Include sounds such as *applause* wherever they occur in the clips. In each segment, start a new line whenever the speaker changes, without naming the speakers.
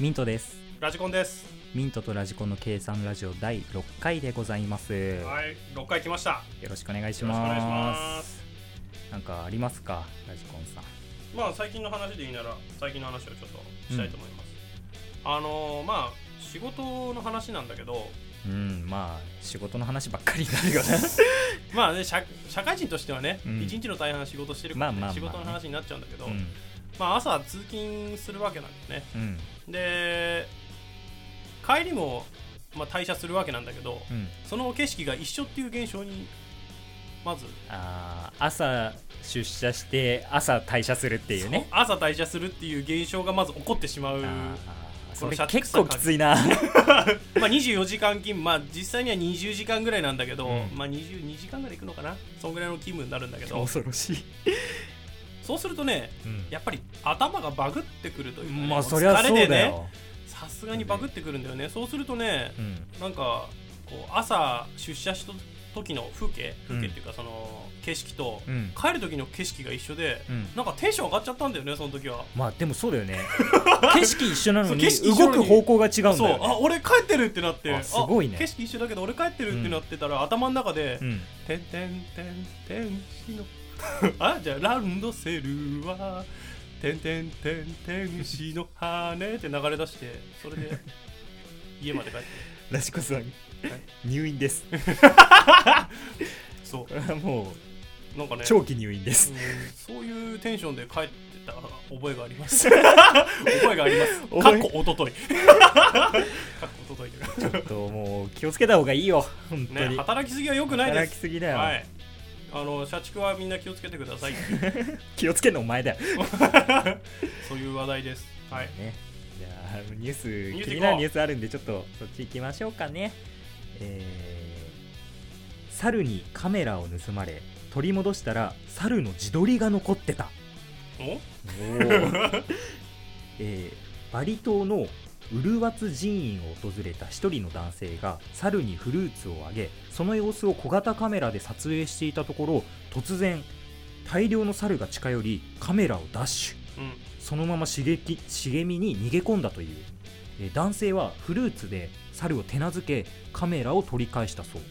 ミントです
ラジコンです。
ミントとラジコンの計算ラジオ第6回でございますよ
はい、六回来ました。
ろしくお願いし
よろしくお願いし
ま
ますす。
なんかありますかラジコンさん
まあ最近の話でいいなら最近の話をちょっとしたいと思います。あのーまあ仕事の話なんだけど、
うんまあ仕事の話ばっかりになる *laughs* よね
まあね社社会人としてはね、
うん
一日の大半仕事してるからね、
まあまあまあ
仕事の話になっちゃうんだけど、
うん
まあ朝通勤するわけなんだよね。
うん
で帰りもまあ退社するわけなんだけど、
うん
その景色が一緒っていう現象にまず
あー朝出社して朝退社するっていうね
朝退社するっていう現象がまず起こってしま
あ
う
ーそ
この
れ
シャツ
結構きついな
まあ24時間勤務まあ実際には20時間ぐらいなんだけど、
うん
まあ22時間ぐらい行くのかなそんぐらいの勤務になるんだけど
恐ろしい、
そうするとねやっぱり頭がバグってくるというかね、
ま
も
あ
う
そりゃ
疲れ
そう
て
だ
ね
よ、
さすがにバグってくるんだよねそうするとね
うん
なんかこう朝出社した時の風景風景っていうかその景色と、
うん
帰る時の景色が一緒で、
うん
なんかテンション上がっちゃったんだよねその時は
まあでもそうだよ
*laughs*
ね景色一緒なのに
そう景色一緒
動
なの
く
に
方向が違うんだよ、ね、
そうあ俺帰ってるってなって
あすごいね
あ景色一緒だけど俺帰ってるってなってたら、頭の中で
うん
「てんてんてんてんしの」 *laughs* あじゃあラウンドセルは「てんてんてんてんしの羽」って流れ出してそ
*laughs*
れで家まで帰って
ラジコさん入院 *laughs* です
そ
も
うなんかね
う長期入院で
う
す
んそういうテンションで帰ってた覚えがありま
*laughs*
す覚えがありますか
覚え
っこおと
*laughs*
といかっこおととい
*laughs* ちょっともう気をつけた方がいいよ本当
ね
に、
働きすぎはよくないで
働
す
きすぎだよ、
はい。あの社畜はみんな気をつけてください。
気をつけるのお前だよ、
そういう話題です。はい。
ね、じゃあニュース
ュース行こう
気になるニュースあるんでちょっとそっち行きましょうかねえー、猿にカメラを盗まれ取り戻したら猿の自撮りが残ってた
お？
*laughs* えーバリ島のウルワツ寺院を訪れた一人の男性が猿にフルーツをあげその様子を小型カメラで撮影していたところ突然大量の猿が近寄りカメラをダッシュ
うん。
そのまま茂き茂みに逃げ込んだという、えー男性はフルーツで猿を手なずけカメラを取り返したそう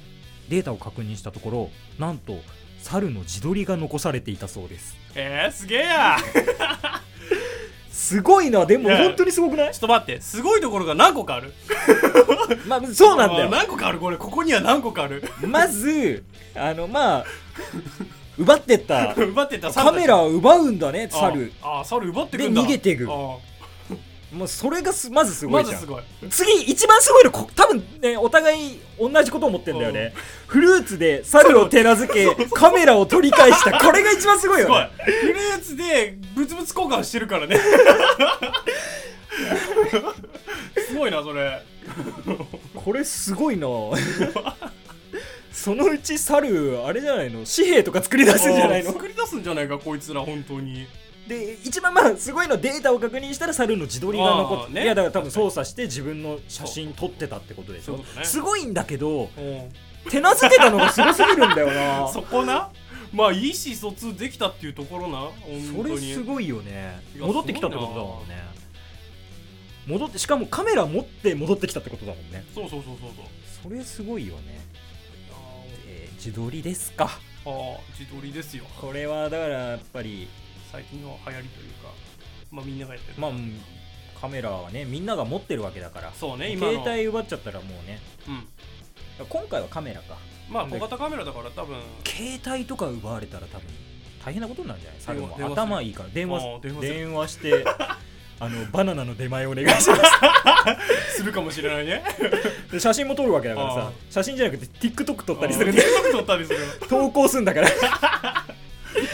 データを確認したところなんと猿の自撮りが残されていたそうです
えー、すげえや。
すごいなでも
いや
本当にすごくない
ちょっと待って。すごいところが何個かある。
まあ、そうなんだ
あー
よ。
何個かあるこれ。ここには何個かある。
まず、あの、まあ、奪ってった。
奪ってた
カメラを奪うんだね、猿。。
あーあー猿奪ってくんだ。
で逃げてく
あー
もう、それがすまずすご
ま
いじ
ず
ゃん。
すごい。
次、一番すごいの、こ多分ね、お互い同じこと思ってんだよね。フルーツで猿を手なずけ、カメラを取り返した。これが一番すごい
す
よ
ごい
ね。。
フルーツで物々交換してるか
*laughs*
らね。すごいなそれ。
これすごい
*laughs*
なそのうち猿、あれじゃないの紙幣とか作り出すんじゃない
あー
の
作り出すんじゃないかこいつら本当に。
で一番まあすごいのデータを確認したら猿の自撮りが残っ
あ
て、
ーね
いやだから多分操作して自分の写真撮ってたってことでし
そう
ょ
いうことね
すごいんだけど
うん。
手なずけたのがすごすぎるんだよな
*laughs* そこなまあいい思疎通できたっていうところな
そ
本当
れ
に
すごいよね
いや
戻ってきたってことだもんね戻ってしかもカメラ持って戻ってきたってことだもんね
そうそうそうそうそう
それすごいよね、
あ
えー自撮りですか
ーあー自撮りですよ
これはだからやっぱり
最近の流行りというかまあみんながやってる、
まあうんカメラはねみんなが持ってるわけだから
そうね今の
携帯奪っちゃったらもうね
うん
今回はカメラか
まあ小型カメラだから多分
携帯とか奪われたら多分大変なことになるんじゃない猿
電
も
話電話する
頭いいから電話
あー電話する
電話して
*laughs*
あのバナナの出前お願いします
するかもしれない
*laughs*
ね
で写真も撮るわけだから
あ
さ
ー
写真じゃなくて TikTok 撮
撮
ったりするんで
撮ったりする
投稿するんだから *laughs*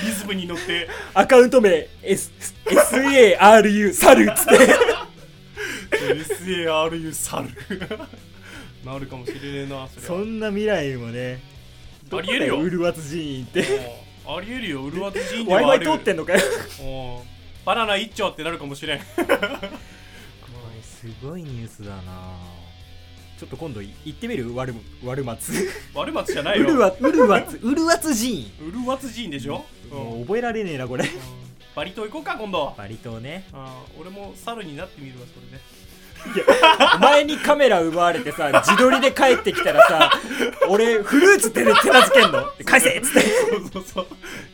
リズムに乗って
アカウント名 S SARU 猿っつって
SARU 猿 *laughs* なるかもしれねえな *laughs* そ
そ
れ
んな未来もね
ありえるよ
ウルワツ寺院って
ありえるよウルワツ人
w i f
ではあ
i
る
通ってんのかよ
うんバナナ一丁ってなるか
*laughs*
もしれん
これすごいニュースだなちょっと今度い行ってみるワルワルマツ
悪松じゃない
ウ
よ
ルワウルワツウルワツ寺院
ウルワツ人でしょ、うん
もう覚えられねえなこれ
バリ島行こうか今度
バリ島ね
あー俺も猿になってみるわそれで
お前にカメラ奪われてさ自撮りで帰ってきたら *laughs* さ俺フルーツ手で手なずけんの返せっつって
そうそうそ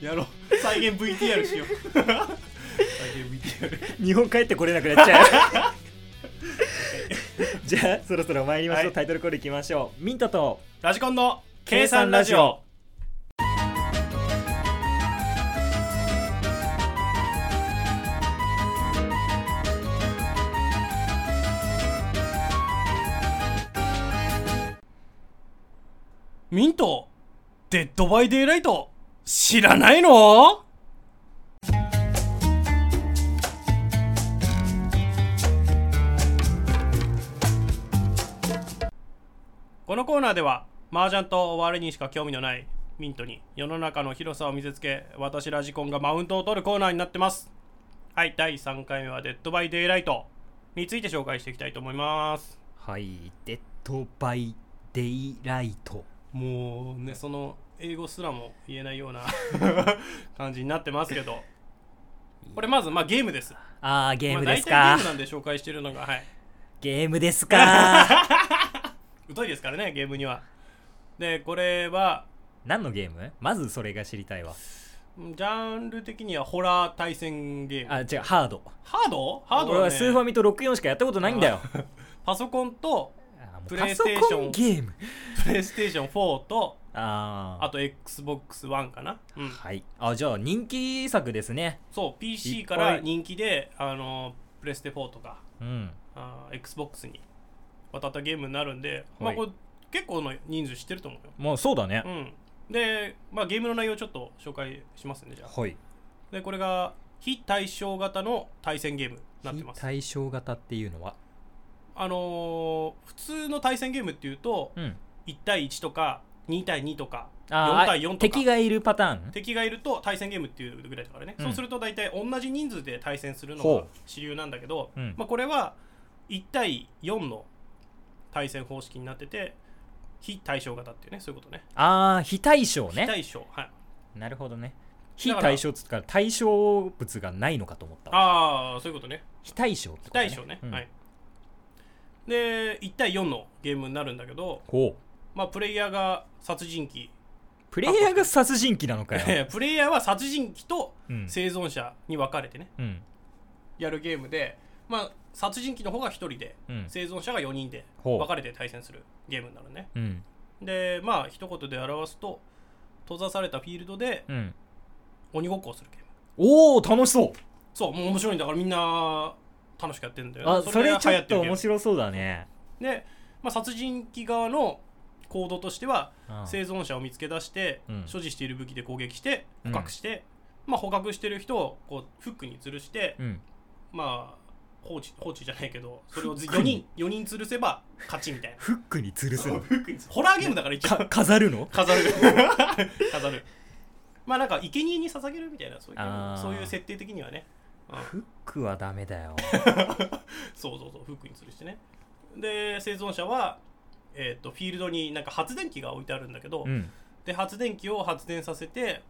うやろう再現 VTR しよう再現 VTR
日本帰ってこれなくなっちゃ *laughs* うじゃあそろそろ参りましょう、
はい
タイトルコールいきましょうミントと
ラジコンの計算ラジオミントデッドバイデイライト知らないのこのコーナーでは麻雀と終わりにしか興味のないミントに世の中の広さを見せつけ私ラジコンがマウントを取るコーナーになってますはい第3回目は「デッド・バイ・デイ・ライト」について紹介していきたいと思います
はいデッドバイデイライト
もうねその英語すらも言えないような *laughs* 感じになってますけどこれまずまあゲームです
あーゲームです
まあ、
か
大体ゲームなんで紹介してるのがはい
ゲームです *laughs* か
疎いですからねゲームにはでこれは
何のゲームまずそれが知りたいわ
うんジャンル的にはホラー対戦ゲーム
あ違うハード
ハードハード
俺
だ
はスーファ
ね
ミと64しかやったことないんだよ
パソコンと
あーもう
プレ
パ
イス
ソ
テーション
コンゲーム
プレイステーション4と
あー
あと XBOX1 かな、うん、
はいあじゃあ人気作ですね
そう PC か
いっ
ら
ぱい
人気であのプレステ4とか
うん
あー XBOX に渡ったゲームになるんで、ま
は
あ
い
これ結構の人数知ってると思うよ、
まあそうだね
うん、で、まあ、ゲームの内容ちょっと紹介しますねじゃあ
はい
でこれが非対称型の対戦ゲームになって
非
ます
対称型っていうのは
あのー普通の対戦ゲームっていうと
うん
1対1とか2対2とか
あー
4対4とか
敵がいるパターン
敵がいると対戦ゲームっていうぐらいだからね、
うん
そうすると大体同じ人数で対戦するの
ほ
が
う
主流なんだけど、
うん
まあ、これは1対4の対戦方式になってて非対称型っていうねそういうことね
ああ非対称
非
ね
対称はい
なるほどね非
だから
対称っつったから対象物がないのかと思ったわ
ああそういうことね
非対称って
非
ことね
対称ね、
うん
はいで1対4のゲームになるんだけど、
ほう
まあ、プレイヤーが殺人鬼
プレイヤーが殺人鬼なのかよ
*laughs* プレイヤーは殺人鬼と
うん
生存者に分かれてね
うん
やるゲームで、まあ、殺人鬼の方が1人で
うん
生存者が4人で
ほう
分かれて対戦するゲームになるね
うん
でまあ一言で表すと閉ざされたフィールドで
うん
鬼ごっこをするゲーム
おお楽しそう
そうもう面白いんだからみんな楽しくやってるんだよ
あそれ
が
ち
流
ょ
行
ってと
るゲーム
面白そうだね
で、まあ、殺人鬼側の行動としては
うん
生存者を見つけ出して、
うん
所持している武器で攻撃して
うん
捕獲して、まあ、捕獲してる人をこうフックに吊るして、
うん
まあ放置放置じゃないけどそれを
フック
4
に
人4人吊るせば勝ちみたいな
フックに吊るすの
ホラーゲームだから一応
か飾るの
飾
*laughs*
る飾るまあなんか生贄に捧げるみたいなそうい
あ
う
ー
そういう設定的にはね、うん
フックはダメだよ
そうそうそうフックに吊るしてねで生存者は、えー、とフィールドになんか発電機が置いてあるんだけど、
うん
で発電機を発電させて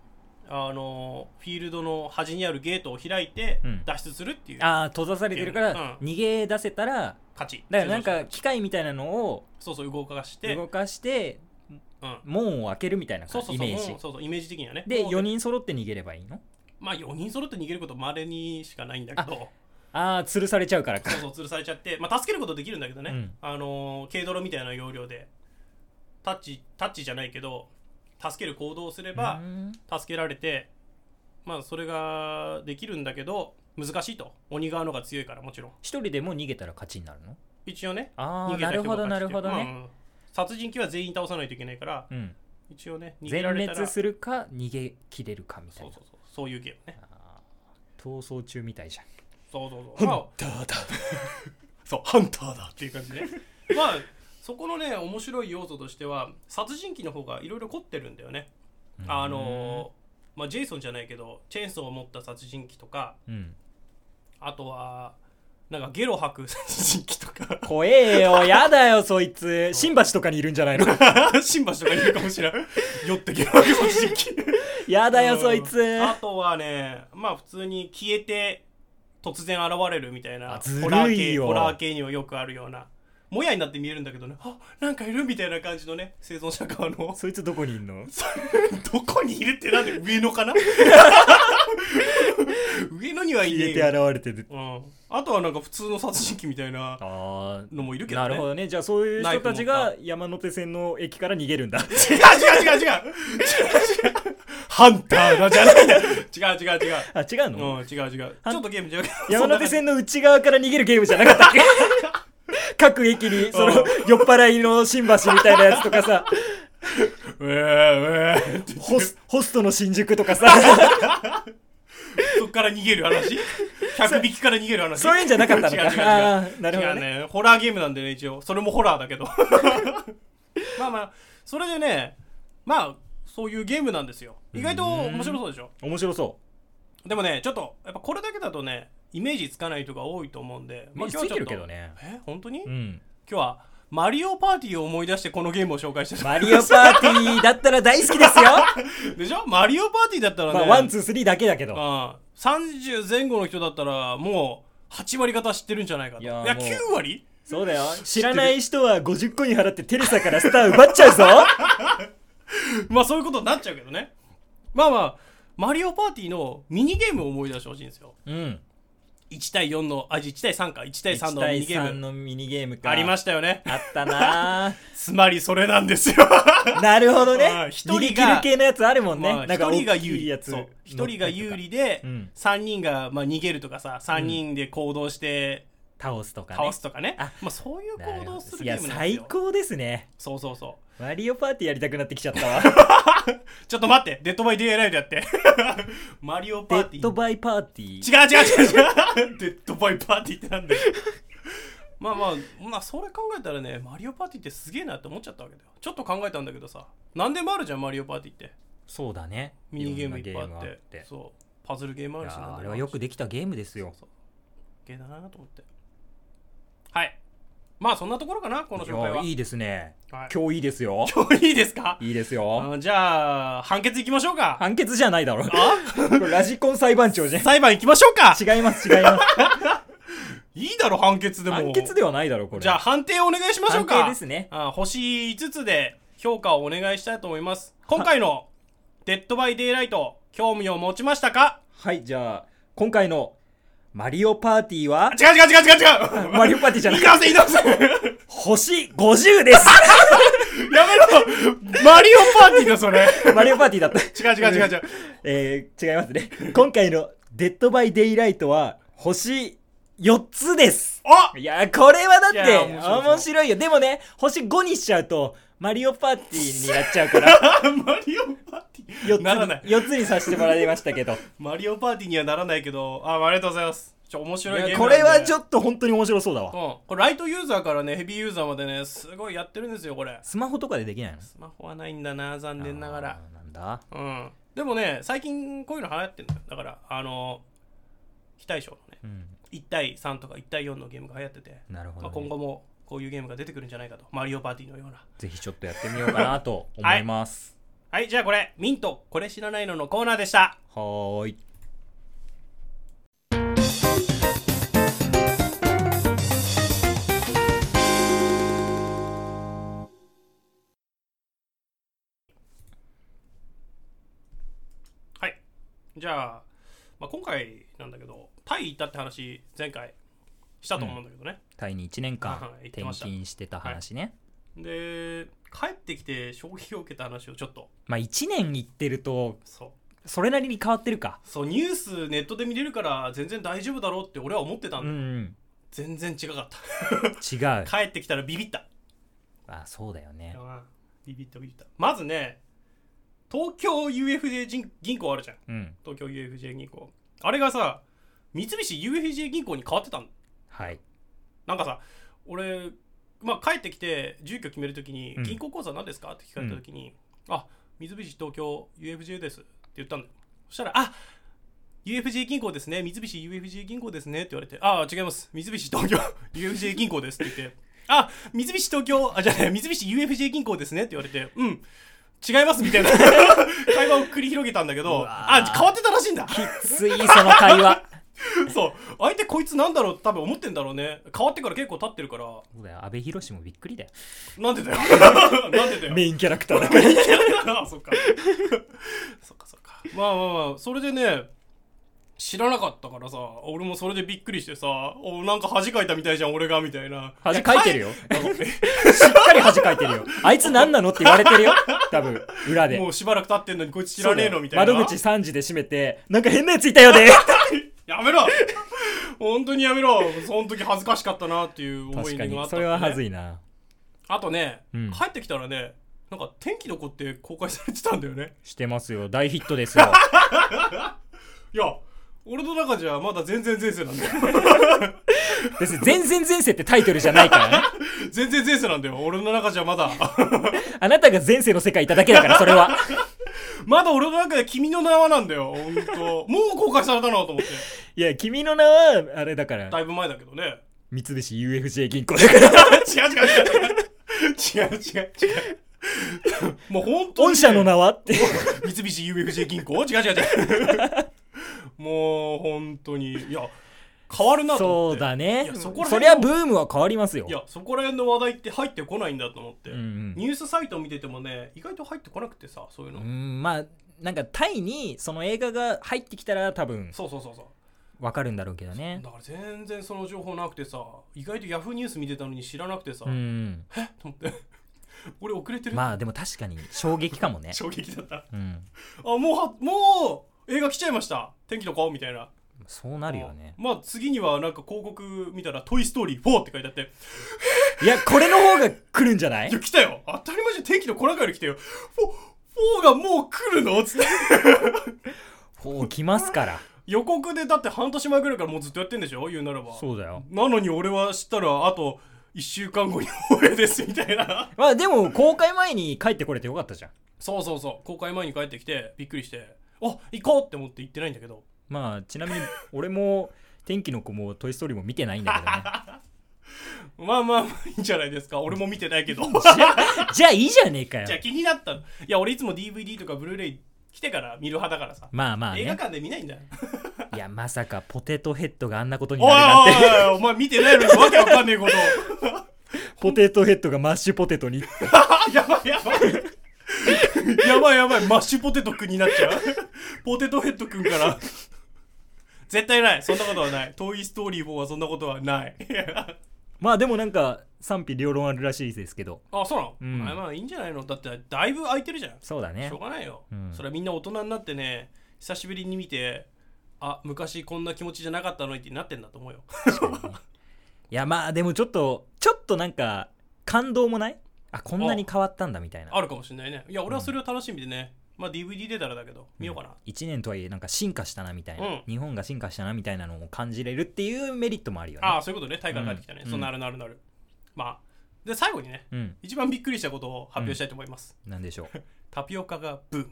あのフィールドの端にあるゲートを開いて
うん
脱出するっていう勝
ああ閉ざされてるから
う
逃げ出せたら
ち、
だからなん
生存者
か機械みたいなのを
そうそう動かして、うん
動、かして門を開けるみたいな
そう
感
そ
じ
う
イ
そう
メ
もう
ージ
そうそうイメージ的にはね
で
もう
4人揃って逃げればいいの
まあ4人揃って逃げることまれにしかないんだけど
ああ吊るされちゃうからか
そうそう吊るされちゃって、まあ、助けることできるんだけどね、
うん
あのー軽泥みたいな要領でタッチタッチじゃないけど助ける行動をすれば
うーん
助けられて、まあそれができるんだけど難しいと鬼側のが強いからもちろん
一人でも逃げたら勝ちになるの
一応ね
あ
逃
あ
げた
なる
人が
ほど
勝ち
なるほど
っていう
ね、
うん殺人鬼は全員倒さないといけないから
うん、
一応ね逃げ
全
られた
滅
ら
するか逃げ切れるかみた
そ
いうな
そうそうそういうゲームね
あー逃走中みたいじゃん
そうそうそう、まあ、
ターだ *laughs*
そうハンターだっていう感じね *laughs* まあそこのね面白い要素としては殺人鬼の方がいろいろ凝ってるんだよねあのまあジェイソンじゃないけどチェーンソーを持った殺人鬼とか
うん
あとはなんかゲロ吐く *laughs* 殺人鬼とか *laughs*
怖えよやだよそいつ新橋とかにいるんじゃないの
新橋とかいるかもしれない酔ってゲロ吐く殺人鬼
やだよそいつ
あとはねまあ普通に消えて突然現れるみたいな
あずるいよ
ホラー系ホラー系にはよくあるようなもやになって見えるんだけどねあなんかいるみたいな感じのね生存者側の
そいつどこにいんの
どこにいるってなんで上野か
*laughs*
な上野にはい
消
ね
え
え
て
よ、
現れてる
うん、あとはなんか普通の殺人鬼みたいな
あ
のもいる
ー
けどね
なるほどねじゃあそういう人たち
ナ
が山手線の駅から逃げるんだ
違う違う違う違う違う違う違うハンターだじゃないんだ違う違う違う
あ違う
う
の、
ん違う違うちょっとゲーム違うけど
山手線の内側から逃げるゲームじゃなかった
*laughs*
っけ各駅にその
うん
酔っ払いの新橋みたいなやつとかさ
うえうえ
ホスホストの新宿と
*laughs*
かさ
そっから逃げる話100匹から逃げる話
そういうんじゃなかったのか
違う違う違う
あーなるほどね
違うねホラーゲームなんでね一応それもホラーだけど *laughs* まあまあそれでねまあそういうゲームなんですよ意外と面白そうでしょ
面白そ
でもねちょっとやっぱこれだけだとねイメージつかない人が多いと思うんで、
う
まあ、
目つ
今日
い
はちょ
る
ってと
けどね
え本当に、
うん
今日はマリオパーティーを思い出してこのゲームを紹介して
*laughs*
た
マリオパーティーだったら大好きです *laughs* よ、
*laughs* でしょマリオパーティーだったらね、
まあ、ワンツースリーだけだけど
うん30前後の人だったらもう8割方知ってるんじゃないかとい
い
や
やもう
9割 *laughs*
そうだよ知らない人は50コイン払ってテレサからスター奪っちゃうぞ
まあそういうことになっちゃうけどねまあまあマリオパーティーのミニゲームを思い出してほしいんですよ
うん
1対4のあ1対3か1対3
1
のミ
対
ニゲー
3
ム
のミニゲームか
ありま
し
したよね
たあったな
つまりそれなんですよ
ぁ *laughs* なるほど
まあ
ね
一人
逃
が
げ切る系のやつあるもんね、
まあ
なん
一
か
人が
大き
有
いや
利
つ
そう一人が有利で
うん
3人がまあ逃げるとかさ3人で行動して
倒すとかね
倒すとかね
あ
まあそういう行動をする
い
ゲ
や
ームなんです
最
よ
高ですね
そうそうそう
マリオパーティーやりたくなってきちゃったわ
ちょっと待って、デッドバイデイライトやって。 *laughs* マリオ *laughs* パ
デ
ーテ
ッ
ィ
ド
ー。
バイパーティー
違う違う違う違う。デッドバイパーティーってなんだよ。まあまあ、まあそれ考えたらね、マリオパーティーってすげえなって思っちゃったわけだよ。ちょっと考えたんだけどさ、何でもあるじゃん、マリオパーティーって。
そうだね
ミニゲームいっぱいあ
ろんな
っ
ゲ
て。
ムがあ
そう。パズルゲームあ
い
る
や
し
ー
な。
あれはよくできたゲームですよ
そうそう。ゲーだなと思って。はい。まあそんなところかな、この紹介
いや
は。
いいですね
はい
今日いいですよ
今日いいですか
いいですよ
あじゃあ、判決いきましょうか。
判決じゃないだろ
あ
これ *laughs* ラジコン裁判長じゃん
裁判いきましょうか
違います違います
*laughs* いいだろ、判決でも。
判決ではないだろこれ
じゃあ、判定をお願いしましょ
判
うか。
定ですね
あ星5つで評価をお願いしたいと思います。今回のデッドバイデイライト、興味を持ちましたか
はいじゃあ今回のマリオパーティーは
違う違う違う違う違う
マリオパーティーじゃな
言い
くて
直せ言い直せや
星50です
めろマリオパーティーだ、それ。
マリオパーティーだった
違う違う
*laughs*
違う違う。
えー違いますね今回のデッドバイデイライトは星4つです
あ
いやーこれはだっ
いや
て
ー面
面
白
白
いぞ
いよでもね星5にしちゃうとマリオパーティーになっちゃうから
マリオパーテ
4
ィー
つ
*laughs* ならない。
に4つにさせてもらいました
*laughs*
けど
マリオパーティーにはならないけど、あ、ありがとうございます。ちょ、面白いゲームなんで。
これはちょ
っ
っと本当に面白そうだわ
と。これライトユーザーからね、ヘビーユーザーまでね、すごいやってるんですよ、これ。
スマホとかでできないの
スマホはないんだな、残念ながら。
あーなんだ
うん。でもね、最近こういうの流行ってんだよ。だから、あの、非対称のね、
うん
1対3とか1対4のゲームが流行ってて、
なるほ
まあ、
どね、
今後もこういうゲームが出てくるんじゃないかと。マリオパーティーのような。
ぜひちょっとやってみようかなと思います、
はい、じゃあこれ、ミント、これ知らないののコーナーでした。
はーい
はい。じゃあ、まあ、今回なんだけど、タイ行ったって話、前回したと思うんだけどね。
タイに1年
はい
間
はい言って
転
ました
勤してた話ね、
で、帰ってきて衝撃を受けた話をちょっと、
まあ1年行ってると
そう。
それなりに変わってるか
そうニュースネットで見れるから全然大丈夫だろうって俺は思ってたん
う
だ、
ん、
全然違かっ
うん、違う
た帰ってきたらビビった
あそうだよね
うんビビったビビったまずね東京 UFJ 銀銀行あるじゃん
うん
東京 UFJ 銀行あれがさ三菱 UFJ 銀行に変わってたん
はい
なんかさ俺、まあ、帰ってきて住居決めるときに、
うん
銀行口座何ですかって聞かれたときに、あ三菱東京 UFJ ですって言ったんだよそしたらあ UFJ 銀行ですね三菱 UFJ 銀行ですねって言われてあ違います三菱東京 *laughs* UFJ 銀行ですって言ってあ三菱東京あじゃない三菱 UFJ 銀行ですねって言われてうん違いますみたいな *laughs* 会話を繰り広げたんだけど
うわー
あ変わってたらしいんだ
きついその会話
そう相手こいつなんだろう多分思ってんだろうね変わってから結構経ってるから
そうだよ阿部寛もびっくりだよ
なんでだよ *laughs* なんでだよ
メインキャラクターだ
*laughs* あそっか *laughs* そっかそっかまあまあまあそれでね知らなかったからさ俺もそれでびっくりしてさおなんか恥かいたみたいじゃん俺がみたいな
恥かいてる
よ
よしっかり恥かいてるよあいつ何なのって言われてるよ多分裏で
*laughs* もうしばらく経ってんのにこいつ知らねえのみたいな
*laughs* 窓口3時で閉めてなんか変なやついたよ
*laughs*
ね
やめろ本当にやめろその時恥ずかしかったなっていう思い
確か
があ
に
った
それは恥
い
ずいな
あとね、
うん
帰ってきたらねなんか天気の子って公開されてたんだよね
してますよ大ヒットですよ
いや俺の中じゃまだ全然前世なんだよ
です全然前世ってタイトルじゃないからね
全然前世なんだよ俺の中じゃまだ *laughs*
あなたが前世の世界いただけだからそれは
まだ俺の中で君の名はなんだよ本当もう公開されたなと思って
いや君の名はあれだから
だいぶ前だけどね *laughs*
三菱 UFJ 銀行だから
違う違う違う違う違う違うもう本当に、
御社の名はって
三菱 UFJ 銀行違う違う違うもう本当にいや変わるなと
そ
思っ
う
て
だ
い
ね
やそこら辺の
そりゃブームは変わりますよ
いやそこら辺の話題って入ってこないんだと思って、
うんうん
ニュースサイト見ててもね意外と入ってこなくてさそういうの、
うんまあなんかタイにその映画が入ってきたら多分
そうそうそうそう
わかるんだろうけどね
だから全然その情報なくてさ意外とヤフーニュース見てたのに知らなくてさ、
うんう
と
ん
思って *laughs* 俺遅れてる、
まあでも確かに衝撃かも
*laughs*
ね
衝撃だったあ
うん
もうはもう映画来ちゃいました天気の顔みたいな
そうなるよね
まあ次にはなんか広告見たら「トイ・ストーリー4」って書いてあって
いやこれの方が来るんじゃ
*laughs*
ない
いや、来たよ当たり前じゃん天気の粉から来たよフォ、フォーがもう来るのつって。 *laughs*
こう来ますから
予告でだって半年前ぐらいからもうずっとやってんでしょ言うならば。
そうだよ
なのに俺は知ったら、あと1週間後に放映です、みたいな。
まあでも公開前に帰ってこれてよかったじゃん
そうそうそう。公開前に帰ってきて、びっくりして、あ行こうって思って行ってないんだけど。
まあちなみに俺も天気の子も「トイ・ストーリー」も見てないんだけどね
まあまあまあいいんじゃないですか。俺も見て *laughs* ないけど。
じゃじゃあいいじゃねえかよ
じゃあ気になったの。いや、俺いつも DVD とかブルーレイ来てから見る派だからさ。
まあまあ
映画
ね
館で見ないんだよ。
いやまさかポテトヘッドがあんなことに
おいおい
なるなんて
おいおいお前見てないのにわけわかんねえこと。
ポテトヘッドがマッシュポテトに
あ *laughs* やばいやばいやばいやばいマッシュポテトくんになっちゃうポテトヘッドくんから絶対ないそんなことはない「トイ・ストーリー4」はそんなことはないいや
まあでもなんか賛否両論あるらしいですけど
あそうなの、
うん
あまあいいんじゃないのだってだいぶ空いてるじゃん
そうだね
しょうがないよ、
うん
それはみんな大人になってね久しぶりに見てあ昔こんな気持ちじゃなかったのにってなってんだと思うよ
確かにね *laughs* いやまあでもちょっとちょっとなんか感動もないあこんなに変わったんだみたいな
あるかもしれないねいや俺はそれを楽しみでね、まあ DVD 出たらだけど見ようかな、
1年とはいえなんか進化したなみたいな、
うん
日本が進化したなみたいなのを感じれるっていうメリットもあるよね
ああそういうことねタイから帰ってきたね、
うん
そうなるなるなるまあで最後にね
うん
一番びっくりしたことを発表したいと思います、
なんでしょう *laughs*
タピオカがブーム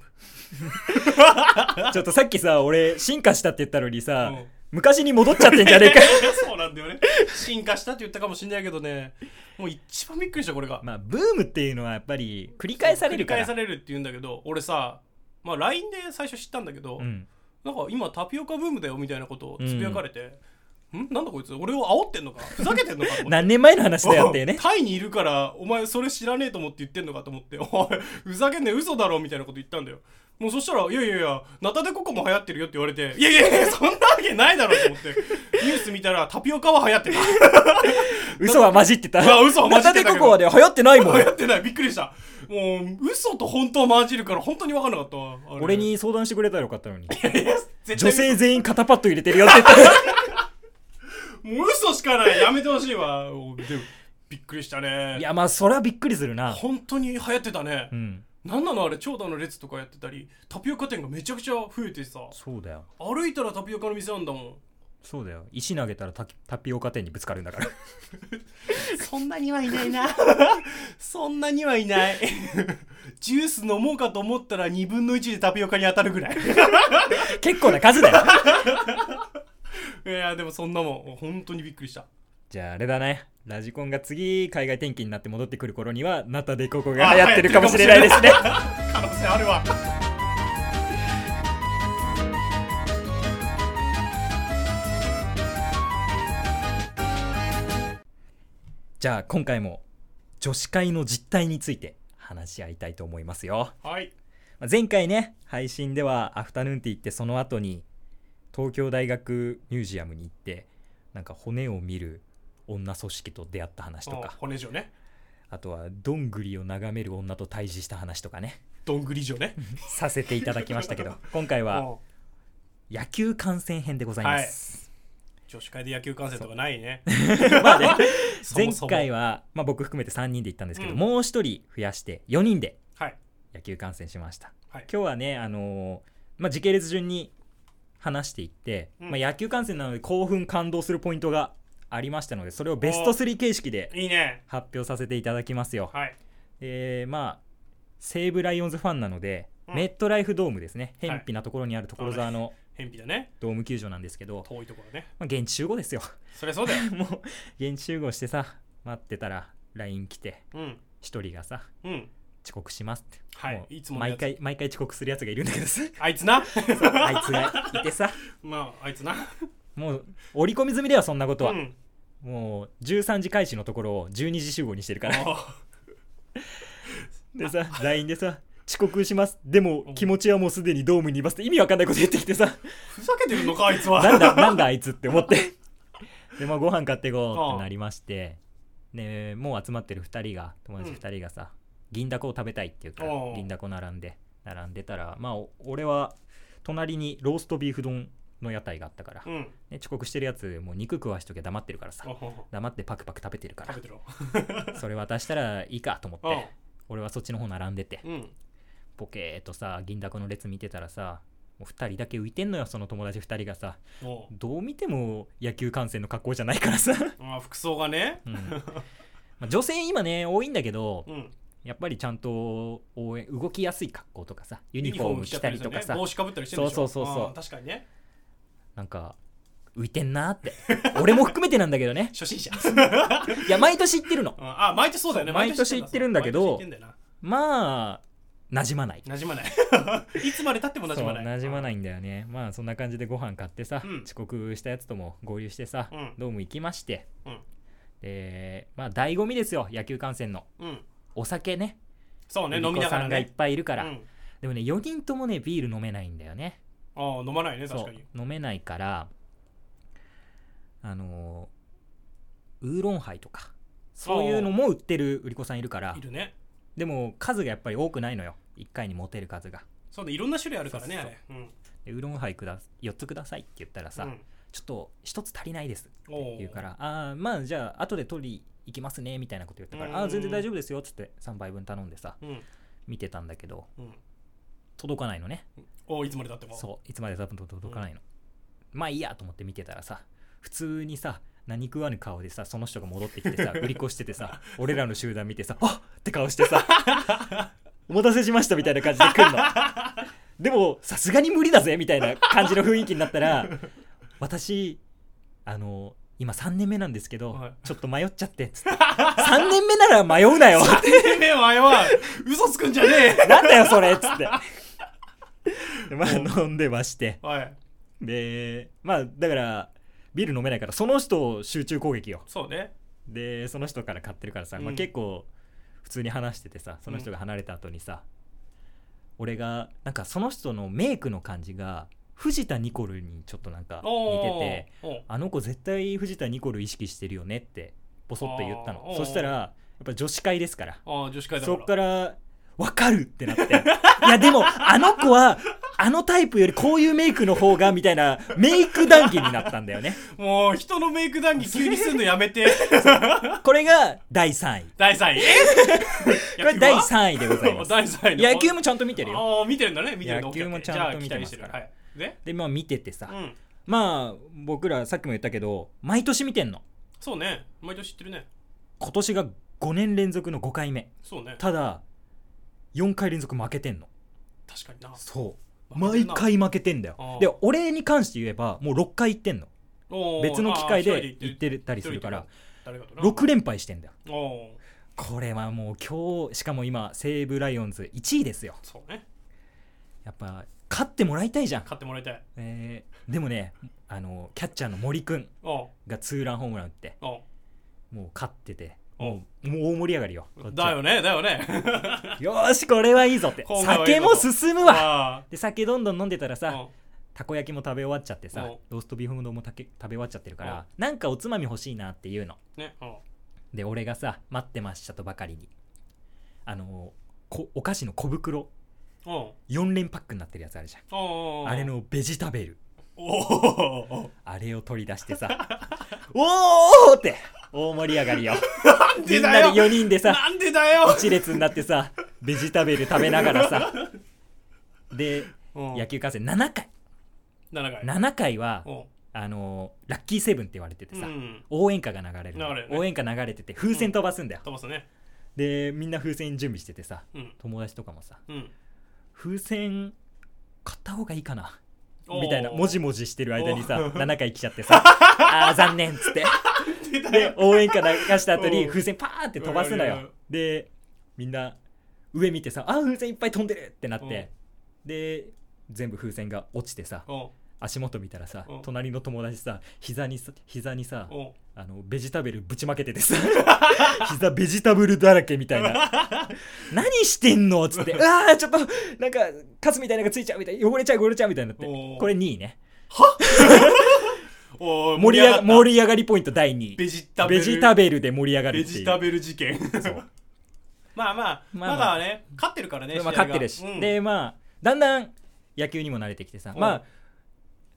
ちょっとさっきさ、俺、進化したって言ったのにさ、
うん
昔に戻っちゃってんじゃねえか。
*laughs*
*laughs*
そうなんだよね進化したって言ったかもしれないけどねもう一番びっくりしたこれが
まあ、ブームっていうのはやっぱり繰り返されるか
繰り返
ら。
されるって言うんだけど俺さまあ LINE で最初知ったんだけど、
うん、
なんか今タピオカブームだよみたいなことをつぶやかれて、んなんだこいつ俺を煽ってんのかふざけてんのかと思って
何年前の話だよ *laughs* っていうね。
*laughs* タイにいるからお前それ知らねえと思って言ってんのかと思って「おいふざけんね嘘だろ」みたいなこと言ったんだよもうそしたら「いやいやいやナタデココも流行ってるよ」って言われて「いやいやいやそんなわけないだろ」と思ってニュース見たらタピオカは流行ってない
嘘は混じってた。
うわ嘘は混じってた
ナタデ
けど
ココはね、流行ってないも
流
ん。
行ってないびっくりしたもう嘘と本当混じるから本当に分かんなかったわあれ
俺に相談してくれたらよかったのに。
いやいや絶
女
対
性全員肩パッド入れてるよって言 *laughs* ったら
もう嘘しかないやめてほしいわおでもびっくりしたね
いや、まあ、それはびっくりするな。
本当に流行ってたね、
うん。
なんなのあれ長蛇の列とかやってたりタピオカ店がめちゃくちゃ増えてさ
そうだよ。
歩いたらタピオカの店なんだもん
そうだよ。石投げたらタタピオカ店にぶつかるんだ *laughs* から。
そんなにはいないな *laughs* そんなにはいない *laughs* ジュース飲もうかと思ったら2分の1でタピオカに当たるぐらい *laughs*
結構な数 *laughs* だよ。
いやでもそんなもん本当にびっくりした
じゃあ、あれだね。ラジコンが次、海外転勤になって戻ってくる頃には、ナタデココが流行ってるかもしれないですね。
可能性あるわ
じゃあ今回も女子会の実態について話し合いたいと思いますよ
はい
まあ前回ね配信ではアフタヌーンティー行ってその後に東京大学ミュージアムに行ってなんか骨を見る女組織と出会った話と
うん
か
骨女ね
あとはどんぐりを眺める女と対峙した話とかね
どんぐり女ね
させていただきましたけど
*laughs*
今回は
うん
野球観戦編でございます、
女子会で野球観戦とかないね
*laughs* まあね
*laughs* そ
前
もそも
回は、まあ、僕含めて3人で行ったんですけど、
うん
もう1人増やして4人で
はい
野球観戦しました、
はい
今日はね、あのーまあ、時系列順に話していって、
うん
まあ、野球観戦なので興奮感動するポイントがありましたのでそれをベスト3形式で
いいね
発表させていただきますよ、
はい
でまあ西武ライオンズファンなので、
うん
メットライフドームですね
い
偏僻なところにある所沢の
偏僻だね
ドーム球場なんですけど、
遠いところね
まあ、現地集合ですよ *laughs*
そりゃそうだよ
もう現地集合してさ待ってたら LINE 来て
うん
1人がさ
うん
遅刻しますって、
はい
もう
いつものや
毎
つ
回毎回遅刻するやつがいるんだけどさ
あいつな *laughs*
あいつがいてさ
まああいつな
もう織り込み済みではそんなことは、
うん
もう13時開始のところを12時集合にしてるから
あ
でさ LINE でさ遅刻しますでも気持ちはもうすでにドームにいますって意味わかんないこと言ってきてさ
ふざけてるのかあいつは
なんだなんだあいつって思ってでまあご飯買ってこうってなりましてねもう集まってる2人が友達2人がさ、銀だこを食べたいっていうから
おう
銀だこ並んで並んでたらまあお俺は隣にローストビーフ丼の屋台があったから、
うん
ね、遅刻してるやつもう肉食わしときゃ黙ってるからさ
おほほ
黙ってパクパク食べてるか
食 *laughs*
ら
べてろ
それ渡したらいいかと思っ
うん
て俺はそっちの方並んでて
うん
ポケーっとさ銀だこの列見てたらさもう2人だけ浮いてんのよその友達2人がさ
おう
どう見ても野球観戦の格好じゃないからさ、
あ服装がね
うん *laughs* まあ女性今ね多いんだけど
うん
やっぱりちゃんと応援動きやすい格好とかさユニフォーム着たりとかさ
ユニフォーム着ちゃったりね帽子かぶったりしてるでしょ
そうそうそうそう
あー確かにね
なんか浮いてんなーって俺も含めてなんだけどね *laughs*
初心者
いや毎年行ってるの
うんあ毎年そうだよね
毎年行ってるんだけど
毎年行ってんだよ
まあ馴染まない
な馴染まないい *laughs* つまでたっても馴
そう
染まない
馴染まないんだよねまあそんな感じでご飯買ってさ、
うん
遅刻したやつとも合流してさ、
うん
ドーム行きまして、
うん
でまあ醍醐味ですよ野球観戦の
うん
お酒ね
そうね
売り
飲み
子
なが
さん
ら
がいっ
ね
ぱいいるか
う
ら、
ん
でもね4人ともねビール飲めないんだよね
ああ飲まないね確
そ
か
う
に
飲めないからあのーウーロンハイとかそういうのも売ってる売り子さんいるから
いるね
でも数がやっぱり多くないのよ1回に持てる数が
そうねいろんな種類あるからね
そう
あ
そう
れうん
でウーロンハイくだ4つくださいって言ったらさ、
うん
ちょっと1つ足りないです
おう
言うから「ああまあじゃあ後で取り行きますね」みたいなこと言ったか
う
ら「
ん
ああー全然大丈夫ですよ」っつって3杯分頼んでさ
うん
見てたんだけど
うん
届かないのね
おういつまでたっても
そういつまでたっても届かないの、まあいいやと思って見てたらさ普通にさ何食わぬ顔でさその人が戻ってきて
*laughs*
さ売り越しててさ俺らの集団見てさ「あっ!」って顔してさ *laughs* 「お待たせしました」みたいな感じで来んのでもさすがに無理だぜみたいな感じの雰囲気になったら私あの今3年目なんですけど、
はい
ちょっと迷っちゃってつって3年目なら迷うな
*laughs*
よ
目はよ嘘つくんじゃね
なんだよそれっつ
*laughs*
ってでまあ飲んでまして
えはい
でまあだからビール飲めないからその人を集中攻撃よ
そうね
でその人から買ってるからさ、ま
う
あ、
ん
結構普通に話しててさその人が離れた後にさ、俺がなんかその人のメイクの感じが藤田ニコルにちょっとなんか似
おう
てて
おう
あの子絶対藤田ニコル意識してるよねってボソッと言った
あーお
の
う
そしたらやっぱ女子会ですから
ああ女子会だ
そっからら分かるってなっていやでもあの子はあのタイプよりこういうメイクの方がみたいなメイク談義になったんだよね
もう人のメイク談義急にすんのやめて
これが第3位
第3位え
これ第3位でござい
*laughs*
ます
第3位の
野球もちゃんと見てるよ
ああ見てるんだね見てるの
野球も
OK OK
ちゃんと見
じ
てま
あ期待
す
してる
から
はいで
でまあ見ててさ、
うん
まあ僕らさっきも言ったけど毎年見てんの
そうね毎年知ってるね
今年が5年連続の5回目
そうね
ただ4回連続負けてんの
確かにな
そう
負け
毎
てんな
回負けてんだ
あ
よ
ー
で俺に関して言えばもう6回行ってんの
おー
別の機会
あー
で
一人
行ってたりするから
誰かとな
6連敗してんだよ
おおー
これはもう今日しかも今西武ライオンズ1位ですよ
そうね
やっぱ勝ってもらいたいじゃん、
買ってもらいたい
えーでもねあのキャッチャーの森くん
おう
がツーランホームラン打って
おう
もう勝っててもう大盛り上がりよこっちは
だよねだよね
よーしこれはいいぞって
今回はいい
酒も進むわ
あ
で酒どんどん飲んでたら
あ
さたこ焼きも食べ終わっちゃってさ
うん
ローストビーフン丼もたけ食べ終わっちゃってるからなんかおつまみ欲しいなっていうの
うんねうん
で俺がさ待ってましたとばかりにあのーこお菓子の小袋
うんうん
4連パックになってるやつあるじゃ
うんうん
んあれのベジタベル
おお
あれを取り出して *laughs* さおーって大盛り上が *laughs* りよ
なん
み
で
ん
だ
なで
よ
4人でさ
なんでだよ
一列になってさベジタベル食べながらさで野球観戦7回
7回
7回は
うん
あのーラッキーセブンって言われてて
う
さ、
ん
応援歌が流れるの
流れるね
応援歌流れてて風船飛ばすんだよ、
飛ばすね
でみんな風船準備しててさ
うん
友達とかもさ
うん
風船買った方がいいかな
おー
みたいなもじもじしてる間にさ *laughs*
おー
7回来ちゃってさあー残念っ
*laughs*
つって
なんでだ
で
よ
応援歌流した後に
おー
風船パーって飛ばすの
うんうんう
よ
ん
でみんな上見てさあー風船いっぱい飛んでるってなってで全部風船が落ちてさ
お
足元見たらさ
うん
隣の友達さ膝にさ膝にさ
お
あのベジタベルぶちまけててさ *laughs* 膝ベジタブルだらけみたい
*laughs*
な何してんのっつってうわーちょっとなんかカスみたいなのがついちゃうみたいな汚れちゃう汚れちゃうみたいになって
おー
これ2位ね
おお
盛り上が盛
り
り上がりポイント第2位
ベジタベ
ベ
ル
ジタベルで盛り上がる
ベ
ってい
ジ
う
タベル事件 *laughs*
そう
まあまあ
まあま
ま
あ
だね勝ってるからね
まあ、
試合
勝
が
ってるし、
うん
でまあだんだん野球にも慣れてきてさ、
うん
まあ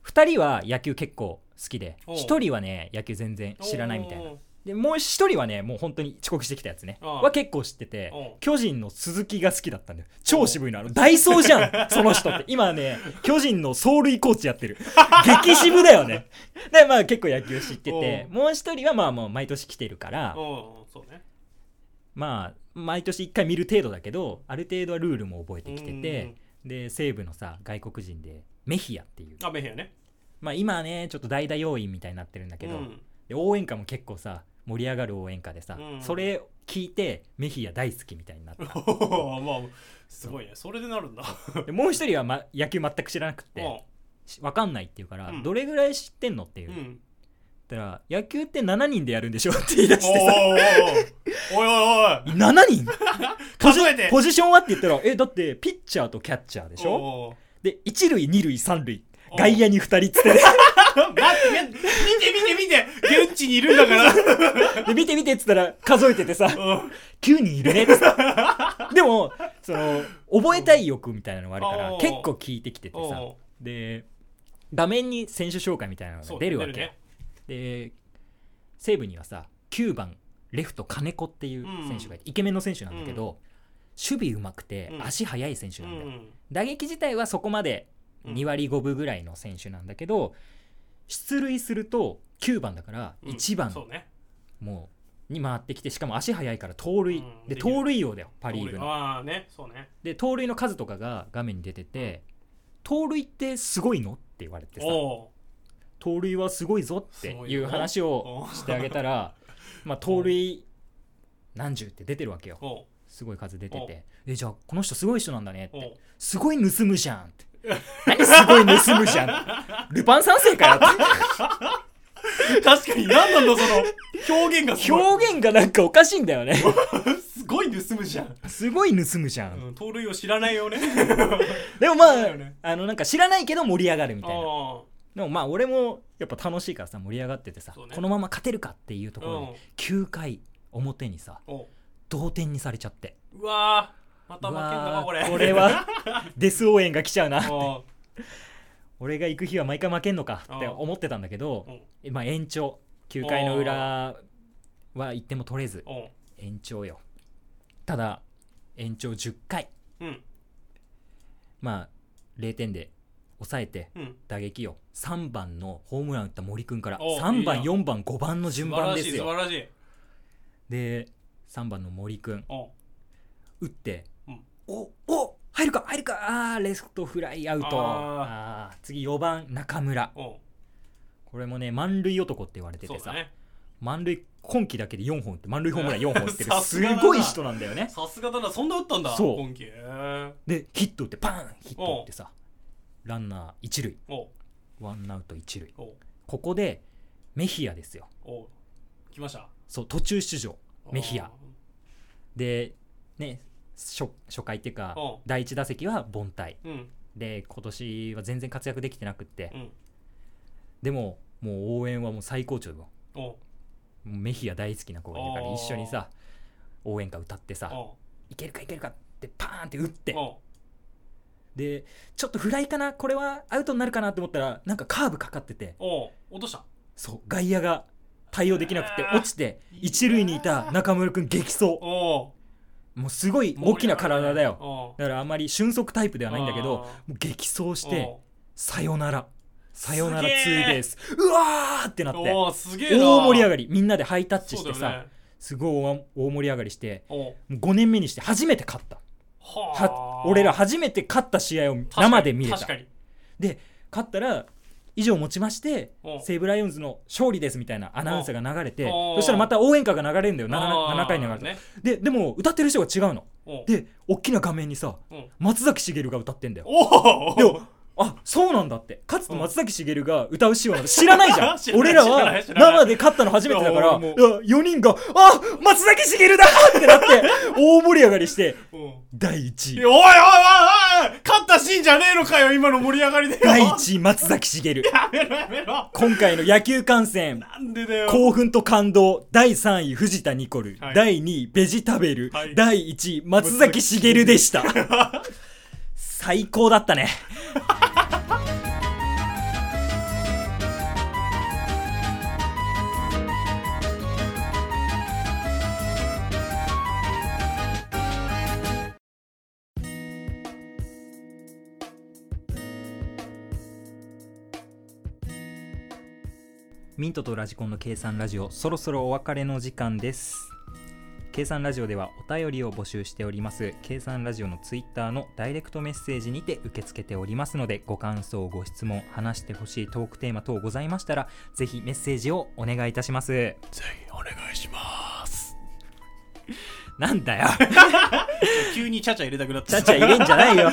2人は野球結構好きで
うん
1人はね野球全然知らないみたいな
おー
でもう1人はねもう本当に遅刻してきたやつね
うん
は結構知ってて
うん
巨人の鈴木が好きだったんだよ超渋いのあのダイソーじゃん
*laughs*
その人って今ね巨人の走塁コーチやってる激渋だよねでまあ結構野球知ってて
う
もう1人はまあもう毎年来てるから
うんそうね
まあ毎年1回見る程度だけどある程度はルールも覚えてきてて、
うん
で西部のさ外国人でメヒアっていう
あメヘアね
まあ今はねちょっと代打要員みたいになってるんだけど、
うん *laughs*
で応援歌も結構さ盛り上がる応援歌でさ、
うん
それ聞いてメヒア大好きみたいになった
おーまあすごいねそれでなるんだ *laughs*
でもう一人は、ま、野球全く知らなくてしわかんないっていうから、
うん
どれぐらい知ってんのっていう、
う
言っ
ん
たら野球って7人でやるんでしょって言い出
お
し
ー
て *laughs* さ
おいおいおい
7人
*laughs* 数えて
ポジションはって言ったらえだってピッチャーとキャッチャーでしょ
ょ
で一塁二塁三塁
お
外野に二人っつってね
*laughs* 待って見て見て見て現地にいるんだ *laughs* から
で見て見てっつったら数えててさ
うん
9人いるねっつって *laughs* でもその覚えたい欲みたいなのがあるか
お
ら
う
結構聞いてきててさ
お
で画面に選手紹介みたいなの
ーそ
が
う
出るわけ、
ね
で西武にはさ9番レフト金子っていう選手がいて、イケメンの選手なんだけど、守備うまくて
うん
足速い選手
う
なんだよ、
ん
打撃自体はそこまで
うん
2割5分ぐらいの選手なんだけど出塁すると9番だから
うん
1番
そうね
もうに回ってきてしかも足速いから盗塁、
うん
で
できる
盗塁王だよパ・リーグの
ああねそうね
で盗塁の数とかが画面に出てて、盗塁ってすごいのって言われてさ
おー
盗塁はすごいぞって
すごい
いう
よ
話を
お
してあげた
*laughs*
らまあ盗塁何十って出てるわけよ
お
すごい数出ててえじゃあこの人すごい人なんだねっ
うお
てすごい盗むじゃんって何すごい盗むじゃん
*laughs*
ルパン三世かよって
う確かに何なんだその表現がすごい
表現がなんかおかしいんだよね
すごい盗むじゃん、
すごい盗むじゃん、
うん、盗塁を知らない *laughs* よね
でもまあ
そうだよね
あのなんか知らないけど盛り上がるみ
あ
たいな
ー
でもまあ俺もやっぱ楽しいからさ盛り上がっててさ、
そうね
このまま勝てるかっていうとこ
う
ろ
ん
で9回表にさ
お
同点にされちゃって
うわーまた
う
負けんだ
わ
な
ー
これ
これ
*laughs*
はデス応援が来ちゃうな
お
俺が行く日は毎回負けんのかって
うん
思ってたんだけど
うん、
まあ、延長9回の裏は行っても取れず
お
延長よただ延長10回
うん
まあ0点で抑えて
うん
打撃よ3番のホームラン打った森君から
お
3番
いいな
4番5番の順番です
素
よ
晴らしい素晴らしい
で3番の森君
お
打って、
うん
おお入るか入るかあーレフトフライアウトあ
あ
ー次4番中村
お
これもね満塁男って言われて
そ
て
う
さ、
だね
満塁今季だけで4本打って満塁ホー
*laughs*
ムラン4本打ってる
さ
す
すがだな
ごい人なんだよね
さすがだなそんな打ったんだ
そう
今季へー
でヒット打ってパーンヒット打ってさランナー1塁
お
ワンアウト1塁
お
ここでメヒアですよ
お来ました
そう途中出場
お
メヒアでね初初回っていうか
うん
第1打席は凡退
うん
で今年は全然活躍できてなくって
うん
でももう応援はもう最高潮よ
おう
もうメヒア大好きな子がいるから
おー
一緒にさ応援歌歌ってさ
お
いけるかいけるかってパーンって打っ
う
て
おう
でちょっとフライかなこれはアウトになるかなと思ったらなんかカーブかかってて
おう落とした
そう外野が対応できなくて
あー
落ちて一塁にいた中村君激走
お
もうすごいう大きな体だよ
よ
だからあまり俊足タイプではないんだけど
あ
もう激走して
お
さよならさよならツ
すげえ
ーベースうわーってなっ
う
て
おうすげえな
大盛り上
り
がりみんなでハイタッチし
そうだ
てさ
よね
すごい大大盛り上がりして
おう
5年目にして初めて勝った
は
は
あ
俺ら初めて勝った試合を生で見れた
確かに
勝ったら以上をもちまして
うん
西武ライオンズの勝利ですみたいなアナウンスが流れて
うんおー
そしたらまた応援歌が流れるんだよ 7,
あー
回に流れて、
ね
ででも歌ってる人が違うの
おう
で大きな画面にさ
うん
松崎しげるが歌ってんだよ
おう
であそうなんだってかつて松崎しげるが歌う仕様なんて知らないじゃん
*laughs* 知らない
俺ら
知らな
はい
知らない
生で勝ったの初めてだから
いや俺も
4人が「あ松崎しげるだ!」って
*laughs*
なって大盛り上がりして
おう
第
い
1位
やおいおいおいおい勝ったシーンじゃねえのかよ今の盛り上がりでよ
第1位松崎しげる
やめろやめろ
今回の野球観戦
なんでだよ
興奮と感動第3位藤田ニコル、
はい
第2位ベジタベル、
はい
第1位松崎しげるでした最高だったねミントとラジコンの計算ラジオそろそろお別れの時間です計算ラジオではお便りを募集しております計算ラジオのツイッターのダイレクトメッセージにて受け付けておりますのでご感想ご質問話してほしいトークテーマ等ございましたらぜひメッセージをお願いいたします
ぜひお願いします
なんだよ
急にちゃちゃ入れたくなっ
ち
た
ゃちゃ入れんじゃない
*laughs*
よ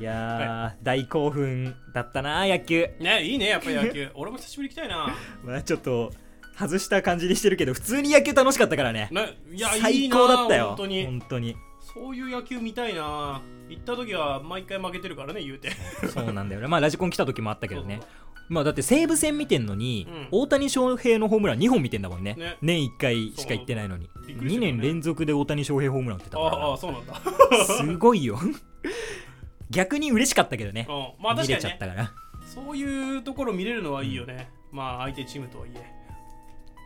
いやー、大興奮だったな野球
*laughs* ねいいねやっぱり野球俺も久しぶりに来たいな、
まあちょっと外した感じにしてるけど普通に野球楽しかったからね
ね、いやい
最
いな
高だったよ
本当に
本当に
そういう野球見たいな行った時は毎回負けてるからね言うて
そうなんだよねまあラジコン来た時もあったけどね
そう
まあだって西武戦見てんのに、
うん
大谷翔平のホームラン2本見てんだもんね
ね
年1回しか行ってないのに、
びっくりし
2
たよね
年連続で大谷翔平ホームラン打ってた
ああああ
か
そうなんだ
らすごいよ *laughs* 逆に嬉しかったけどね
うんまあ
見れ
確かに
ちゃっ
ね
たから
そういうところ見れるのはいいよね、まあ相手チームとはいえ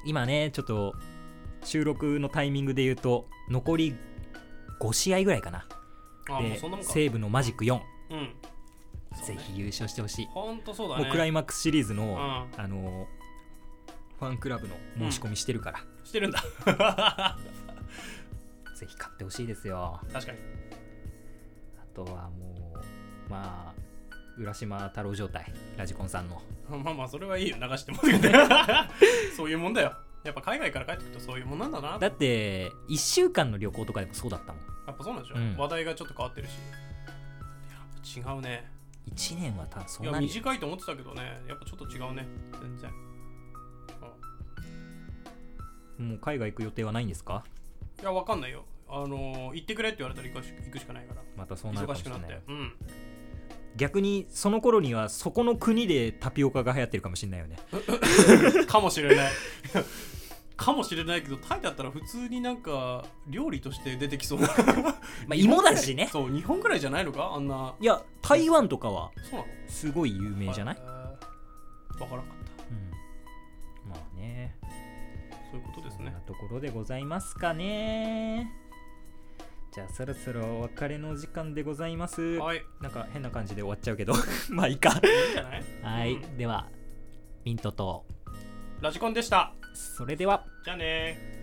今ねちょっと収録のタイミングで言うと残り5試合ぐらいかな
ああもう
で
そんなもんか
西武のマジック4、
うんそう
ぜ
ね
ひ優勝してほしい
ほんとそうだね
もうクライマックスシリーズの、
うん
あのファンクラブの申し込みしてるから、
してるんだ確
ぜひ買ってほしいですよ
かに *laughs*
あとはもうまあ浦島太郎状態ラジコンさんの
まあまあそれはいいよ流して *laughs* ますけどそういうもんだよやっぱ海外から帰ってくるとそういうもんなんだな
だって1週間の旅行とかでもそうだったもん
やっぱそうなんでしょ、
うん
話題がちょっと変わってるしやっぱ違うね
1年はたそ
いうや
なるよ
短いと思ってたけどねやっぱちょっと違うね全然
もう海外行く予定はないんですか
いやわかんないよあのー行ってくれって言われたら行くし行くしかないから
またそうなるか
忙
も
し
し
く
れ
な
な
っ
い
てうん
逆にその頃にはそこの国でタピオカが流行ってるかもしれないよね
かもしれないかもしれないけ *laughs* どタイだったら普通になんか料理として出てき *laughs* そうな
まあ芋だしね
そう日本ぐらいじゃないのかあんない
や台湾とかは
そうなの
すごい有名じゃない、
えーわからんかっ
うん、まあね
たそういうことです
そんな
ね
ところでございますかねじゃあそろそろお別れの時間でございます、
はいい
なんか変な感じで終わっちゃうけど *laughs* まあいいか
いんじゃない
はい、
うん
ではミントと
ラジコンでした
それでは
じゃあねー